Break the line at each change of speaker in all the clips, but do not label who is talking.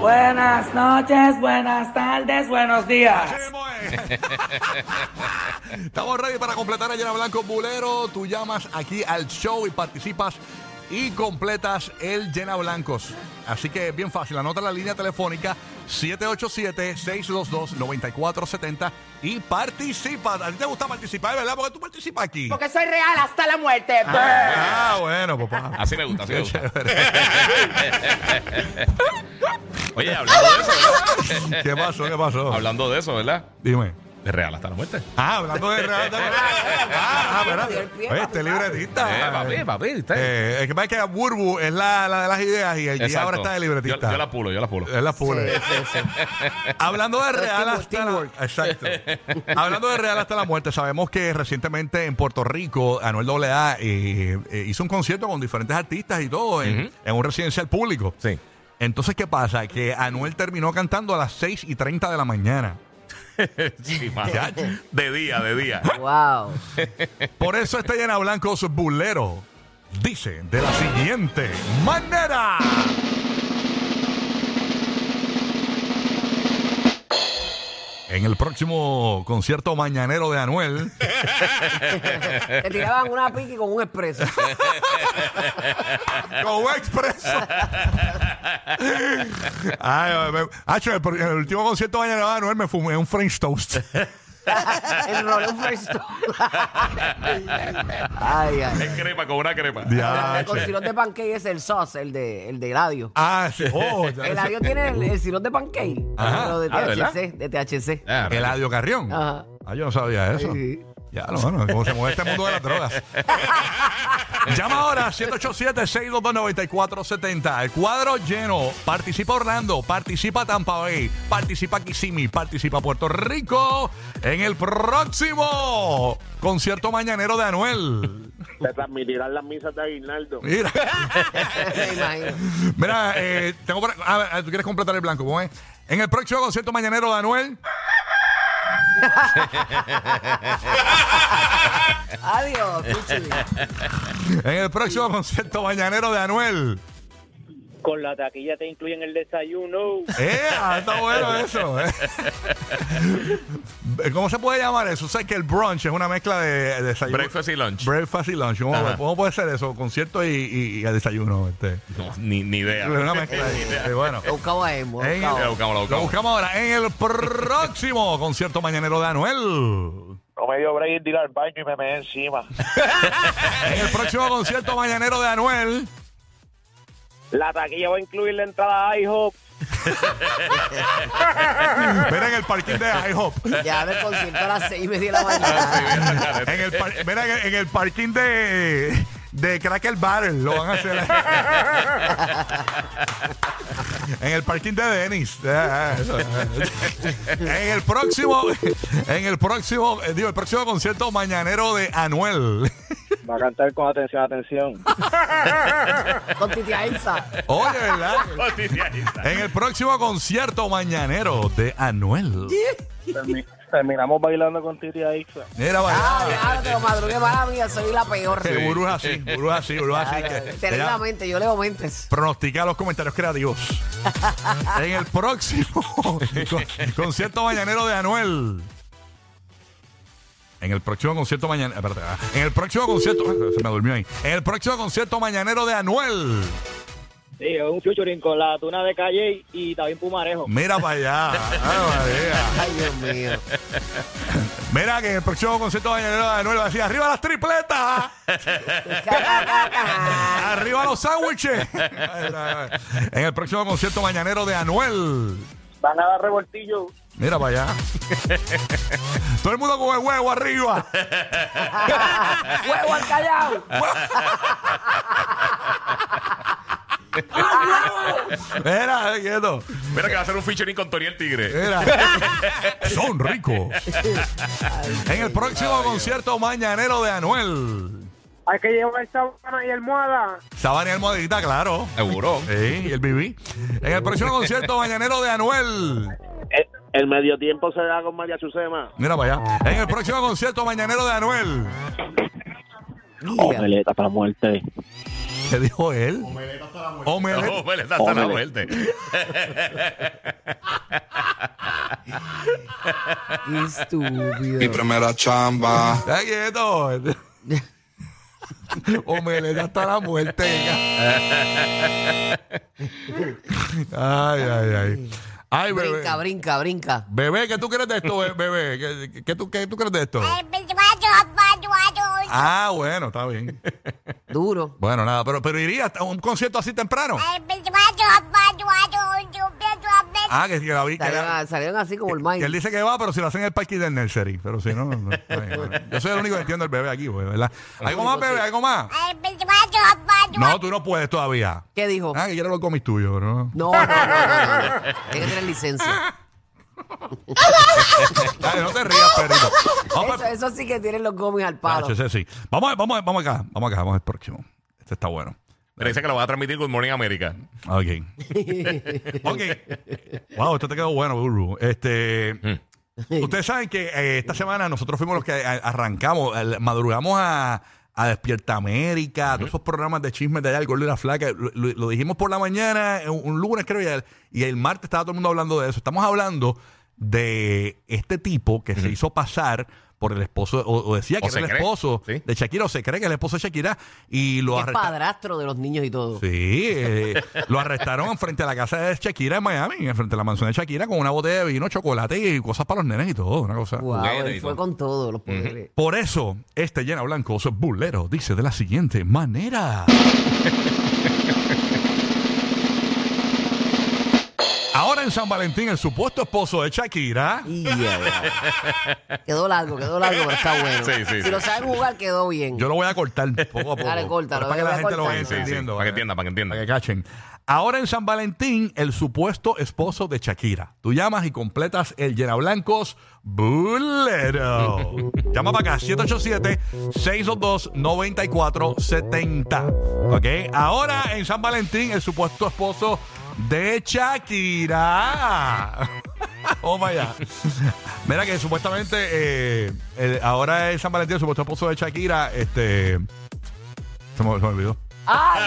Buenas noches, buenas tardes, buenos días.
Chemo, eh. Estamos ready para completar a Llena Blanco Bulero. Tú llamas aquí al show y participas y completas el Llena Blancos. Así que bien fácil, anota la línea telefónica 787-622-9470 y participa. A ti te gusta participar, ¿verdad? Porque tú participas aquí.
Porque soy real hasta la muerte.
Ah, bueno, papá.
Así me gusta, así me gusta. Oye,
¿Qué pasó? ¿Qué pasó?
hablando de eso, ¿verdad?
Dime.
De real hasta la muerte.
Ah, hablando de real. de- Ah, ah, espera. Oye, este libretista.
Eh, papi, papi, usted.
Eh, el que pasa es que Burbu es la, la de las ideas y el guía
Exacto.
ahora está de libretista. Eh,
Yo, yo la pulo, yo la pulo.
Es la pura. Hablando de Real hasta la Exacto. Hablando de Real hasta la muerte, sabemos que recientemente en Puerto Rico, Anuel AA eh, eh, hizo un concierto con diferentes artistas y todo en, en un residencial público.
Sí.
Entonces, ¿qué pasa? Que Anuel terminó cantando a las 6 y 30 de la mañana.
Sí, ma. de día, de día.
Wow.
Por eso este llena blancos bulero. Dice de la siguiente manera. En el próximo concierto mañanero de Anuel,
Te tiraban una piqui con un expreso.
Go Expreso. Ay, me- Hacho, el, en el último concierto mañanero de Anuel me fumé un French toast.
Enrolé un fresco. ay, ay.
Es crepa con una crepa.
Ya,
El con sirope de pancake es el sauce, el de, el de Eladio.
ah, sí. Oh, ya,
El
ese-
Eladio tiene el, el sirope de pancake.
Ajá.
Pero de
Ah, ¿verdad?
THC. De THC.
Ah,
Eladio Carrión.
Ajá.
Ah, yo no sabía eso.
Sí.
Ya, no, bueno, cómo se mueve este mundo de las drogas. Llama ahora 787-622-9470. El cuadro lleno. Participa Orlando, participa Tampa Bay, participa Kissimmee, participa Puerto Rico en el próximo concierto mañanero de Anuel.
Se transmitirán las misas de Aguinaldo.
Mira,
Me imagino.
mira eh, tengo por- ah, ah, tú quieres completar el blanco, ¿cómo es? En el próximo concierto mañanero de Anuel.
Adiós, Pichi.
En el próximo concierto mañanero de Anuel.
Con la taquilla te incluyen el desayuno.
Eh, ah, está bueno eso. eh. ¿Cómo se puede llamar eso? O sea, que el brunch es una mezcla de, de desayuno.
Breakfast y lunch.
Breakfast y lunch. ¿Cómo,
Ajá.
cómo puede ser eso? Concierto y, y- y el desayuno. Este.
No, ni, ni idea.
Una mezcla de, de- bueno.
Lo buscamos a Emo. lo
En
Lo
buscamos.
buscamos, lo
Lo
buscamos.
buscamos ahora en el próximo concierto mañanero de Anuel.
No me dio break de ir al baño y me meé encima.
En el próximo concierto mañanero de Anuel.
La taquilla va a incluir la entrada a IHOP.
Mira en el parking de IHOP.
Ya me concierto a las seis y media de la
Sí,
mañana.
mira, cara,
En el, par- mira, en el- en el parking de, de Cracker Barrel lo van a hacer. en el parking de Dennis. Ah, eso. ah. en el próximo, en el próximo, eh, digo, el próximo concierto mañanero de Anuel.
Va a cantar con atención, atención.
Con Titi Aiza.
Oye, ¿verdad?
está.
En el próximo concierto mañanero de Anuel.
Termi- Terminamos bailando con Titi Aixa.
Mira,
Ah,
vaya.
ya, te lo madrugué para mí, soy la peor.
Que Burú es así, Burú es así, Burú es así. que- que ya-
Terriblemente, yo leo mentes.
pronostica los comentarios creativos. en el próximo con- concierto mañanero de Anuel. En el próximo concierto mañana, espérate, ah, en el próximo concierto, ah, se me durmió ahí. En el próximo concierto mañanero de Anuel.
Sí, es un featuring con la tuna de calle y también Pumarejo.
Mira para allá. Ay, María.
Ay, Dios mío.
Mira que en el próximo concierto mañanero de Anuel va a decir arriba las tripletas. Arriba los sándwiches. en el próximo concierto mañanero de Anuel.
Van a dar revoltillo.
Mira para allá. Todo el mundo con el huevo arriba.
¡Huevo al callao!
Mira, eh, quieto.
Mira que va a hacer un featuring con Tony el Tigre.
Mira. Son ricos. En el próximo concierto mañanero de Anuel.
Hay que llevar sábana y almohada.
Sabana y almohadita, claro.
Seguro.
Sí, y el BB. En el próximo concierto mañanero de Anuel.
El, medio tiempo se da con María Susema.
Mira para allá. En el próximo concierto mañanero de Anuel.
Mira,
para muerte.
¿Qué dijo él? Omelette.
No, me le das hasta la muerte.
Qué
Mi
estúpido.
primera chamba.
Está quieto. Omelette hasta la muerte. ay, ay, ay. Ay, bebé.
Brinca, brinca, brinca.
Bebé, ¿qué tú crees de esto, be- bebé? ¿Qué, qué- qué tú, qué tú crees de esto? Ah, bueno, está bien.
Duro.
Bueno, nada, pero, pero iría a un concierto así temprano. Ah, que, que la vi. Que
Salieron,
la-
a- salieron así como el
que
Mike.
él dice que va, pero si lo hacen en el parking del nursery. Pero si no, no, está bien, bueno. Yo soy el único que entiendo el bebé aquí, güey, ¿verdad? ¿Algo más, bebé? ¿Algo más? No, tú no puedes todavía.
¿Qué dijo?
Ah, que quiero los comis tuyos, ¿no?
No, no, no, no, no, no. Tiene que tener licencia.
Ay, no te rías, perrito. Vamos,
Eso, eso sí que tienen los gomis al
pa-
palo.
Nacho, ese sí. vamos, vamos, vamos acá, vamos acá, vamos al próximo. Este está bueno.
Pero dice que lo va a transmitir Good Morning America.
Ok. ok. Wow, esto te quedó bueno, Burbu. Este.
Hmm.
Ustedes saben que eh, esta semana nosotros fuimos los que a- arrancamos, al- madrugamos a, a Despierta América, a todos esos programas de chismes de allá, el gol de la flaca. Lo, lo- lo dijimos por la mañana, eh, un, un lunes creo, y el, y el martes estaba todo el mundo hablando de eso. Estamos hablando de este tipo que se hizo pasar por el esposo, o, o decía que
O
era
se
el
cree,
esposo
sí.
de Shakira, o se cree que es el esposo de Shakira, y lo
Es
arrestaron.
padrastro de los niños y todo.
Sí, eh, lo arrestaron frente a la casa de Shakira en Miami, frente a la mansión de Shakira, con una botella de vino, chocolate y cosas para los nenes y todo, una cosa.
Wow,
Juguete
él
y
fue
todo.
con todos los poderes.
Por eso, este llena blanco, su bulero, dice de la siguiente manera. Ahora en San Valentín, el supuesto esposo de Shakira.
Y ya. quedó largo, quedó largo, pero está bueno.
Sí, sí,
si
sí.
lo saben jugar, quedó bien.
Yo lo voy a cortar poco a poco.
Dale,
pero
córtalo,
para que la
voy a
gente lo vaya
cortar. Sí, sí, sí,
entendiendo.
para que entienda, para que entienda.
eh. Para que cachen. Ahora en San Valentín, el supuesto esposo de Shakira. Tú llamas y completas el Llenablancos Bulero. Llama para acá, 787-622-9470. ¿Ok? Ahora en San Valentín, el supuesto esposo de Shakira. Oh my God. Mira que supuestamente eh, el- ahora es San Valentín, el supuesto esposo de Shakira, este. Se me, se me olvidó.
¡Ay,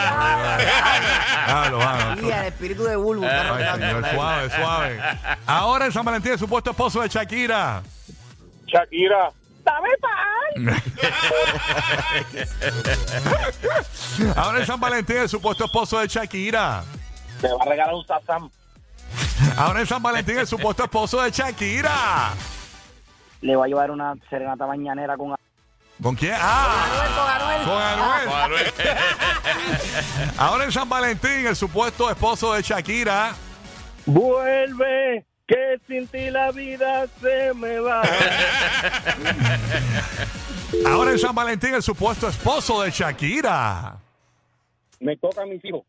Ah, lo van,
ay!
esto-
Mira, el espíritu de Bulbo.
Ay, señor, suave, suave. Ahora en San Valentín, el supuesto esposo de Shakira.
Shakira.
Ahora en San Valentín, el supuesto esposo de Shakira.
Te va a regalar un Sazam.
Ahora en San Valentín, el supuesto esposo de Shakira.
Le va a llevar una serenata mañanera con...
¿Con quién? Ah, con Anuel.
Manuel.
Ahora en San Valentín, el supuesto esposo de Shakira.
Vuelve, que sin ti la vida se me va.
Ahora en San Valentín, el supuesto esposo de Shakira.
me toca a mis hijos.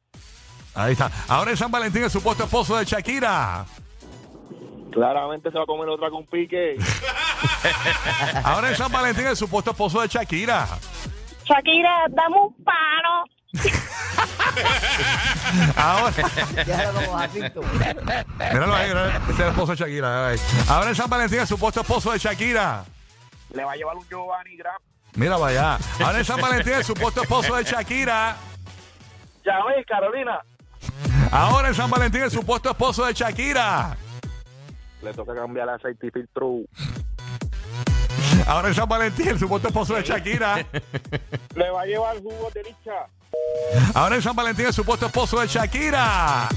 Ahí está. Ahora en San Valentín, el supuesto esposo de Shakira.
Claramente se va a comer otra con pique.
Ahora en San Valentín, el supuesto esposo de Shakira.
Shakira, dame un paro.
Ahora.
Déjalo como Jacinto.
Míralo ahí, míralo. Ese este es el esposo de Shakira. míralo ahí. Ahora en San Valentín, el supuesto esposo de Shakira.
Le va a llevar un Giovanni Graf.
Mira para allá. Ahora en San Valentín, el supuesto esposo de Shakira.
Ya ves, Carolina.
Ahora en San Valentín, el supuesto esposo de Shakira.
Le toca cambiar el aceite y filtro.
Ahora en San Valentín, el supuesto esposo de Shakira.
Le va a llevar jugo de licha.
Ahora en San Valentín, el supuesto esposo de Shakira.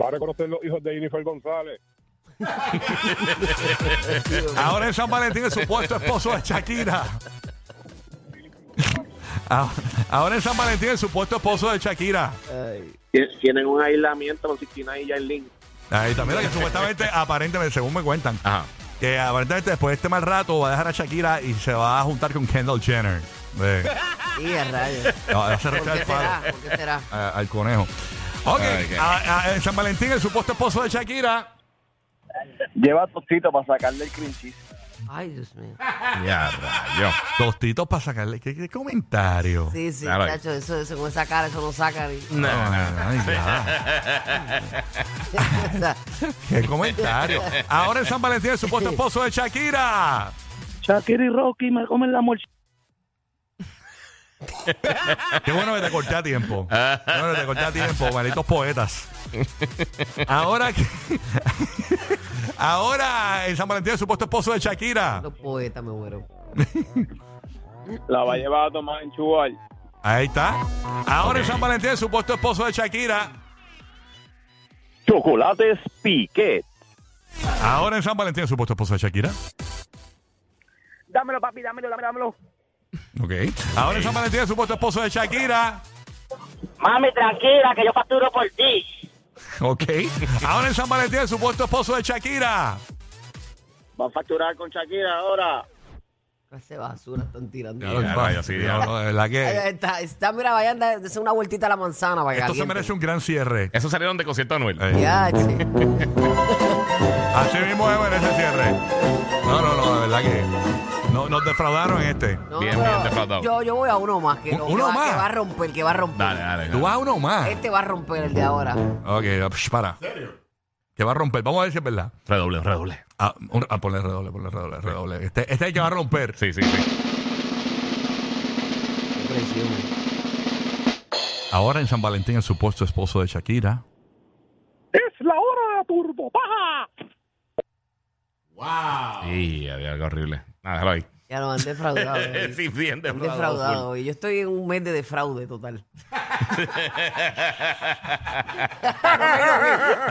Va a reconocer los hijos de Jennifer González.
Ahora en San Valentín, el supuesto esposo de Shakira. Ah, Ahora en San Valentín, el supuesto esposo de Shakira.
Tienen un aislamiento con Cristina y Jailin.
Ahí está. Mira que supuestamente, aparentemente, según me cuentan,
Ajá.
Que aparentemente después de este mal rato va a dejar a Shakira y se va a juntar con Kendall Jenner. Eh,
Y a rayos.
va a hacer
¿Por
restar
qué
el palo
será? ¿Por qué será?
a- al conejo. Ok,
Ay, qué-
a- a- en San Valentín, el supuesto esposo de Shakira.
Lleva tostito para sacarle el cream cheese.
Ay, Dios mío.
Ya, rayo.
Tostitos para sacarle. ¿Qué, qué comentario?
Sí, sí,
Claro.
chacho, eso, eso con esa cara, eso no saca ni.
Ay, ya. ¿Qué comentario? Ahora en San Valentín, el supuesto esposo de Shakira.
Shakira y Rocky me comen la mochila.
Qué bueno que te corté a tiempo. Qué bueno que te corté a tiempo, malditos poetas. Ahora que- Ahora en San Valentín el supuesto esposo de Shakira.
Los poetas me muero.
La va a llevar a tomar en Chubal.
Ahí está. Ahora en San Valentín el supuesto esposo de Shakira.
Chocolates Piquet.
Ahora en San Valentín el supuesto esposo de Shakira.
Dámelo, papi, dámelo, dámelo, dámelo.
Ok. Ahora en San Valentín el supuesto esposo de Shakira.
Mami, tranquila, que yo facturo por ti.
Ok. Ahora en San Valentín el supuesto esposo de Shakira.
Va a facturar con Shakira ahora.
Clase de basura están tirando.
Ya, ya, vaya, sí, ya.
No, no, de verdad
Ahí
que
Está, está, mira, vayan a hacer una vueltita a la manzana para que
esto se
caliente.
merece un gran cierre.
Eso salieron de concierto de Anuel.
Eh,
Ya, che.
Así mismo se merece cierre. No, no, no, de verdad que no, nos defraudaron en este.
No,
Bien,
pero
bien, defraudado.
Yo, yo voy a uno más. Que
Un-
no-
uno
va-
más.
Que va a romper, que va a romper.
Dale, dale.
Tú vas a uno más.
Este va a romper el de ahora.
Ok, psh, para. Que va a romper. Vamos a ver si es verdad.
Redoble, redoble.
Ah, un- ah, ponle redoble, ponle redoble, redoble. Este, este es el que va a romper.
Sí, sí, sí.
Qué presión.
Ahora en San Valentín, el supuesto esposo de Shakira.
Es la hora de la turbopaja.
Y había algo horrible. Nada, déjalo ahí.
Ya lo han defraudado. eh.
sí, bien
Han
defraudado.
defraudado. hoy. Yo estoy en un mes de defraude total.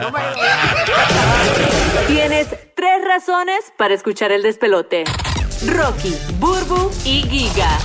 no me ha ido bien, no me ha ido bien.
Tienes tres razones para escuchar el despelote. Rocky, Burbu y Giga.